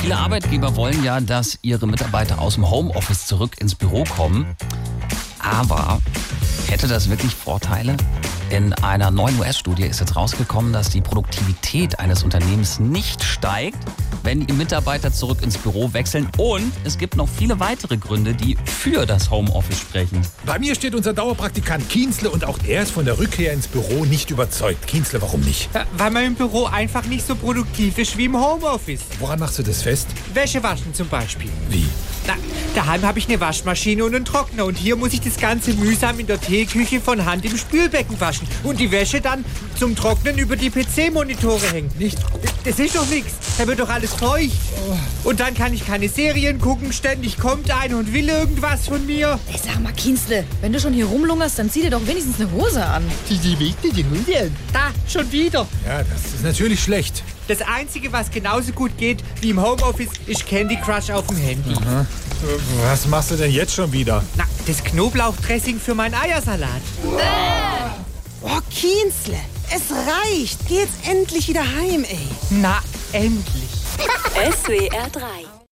Viele Arbeitgeber wollen ja, dass ihre Mitarbeiter aus dem Homeoffice zurück ins Büro kommen. Aber hätte das wirklich Vorteile? In einer neuen US-Studie ist jetzt rausgekommen, dass die Produktivität eines Unternehmens nicht steigt, wenn die Mitarbeiter zurück ins Büro wechseln. Und es gibt noch viele weitere Gründe, die für das Homeoffice sprechen. Bei mir steht unser Dauerpraktikant Kienzle und auch er ist von der Rückkehr ins Büro nicht überzeugt. Kienzle, warum nicht? Äh, Weil man im Büro einfach nicht so produktiv ist wie im Homeoffice. Woran machst du das fest? Wäsche waschen zum Beispiel. Wie? Na, daheim habe ich eine Waschmaschine und einen Trockner und hier muss ich das Ganze mühsam in der Teeküche von Hand im Spülbecken waschen und die Wäsche dann zum Trocknen über die PC-Monitore hängen. Nicht? Das ist doch nichts. Da wird doch alles feucht. Und dann kann ich keine Serien gucken. Ständig kommt einer und will irgendwas von mir. Ey, sag mal, Kienzle, wenn du schon hier rumlungerst, dann zieh dir doch wenigstens eine Hose an. Da, schon wieder. Ja, das ist natürlich schlecht. Das Einzige, was genauso gut geht wie im Homeoffice, ist Candy Crush auf dem Handy. Äh, Was machst du denn jetzt schon wieder? Na, das Knoblauchdressing für meinen Eiersalat. Oh, Kienzle, es reicht. Geh jetzt endlich wieder heim, ey. Na, endlich. SWR 3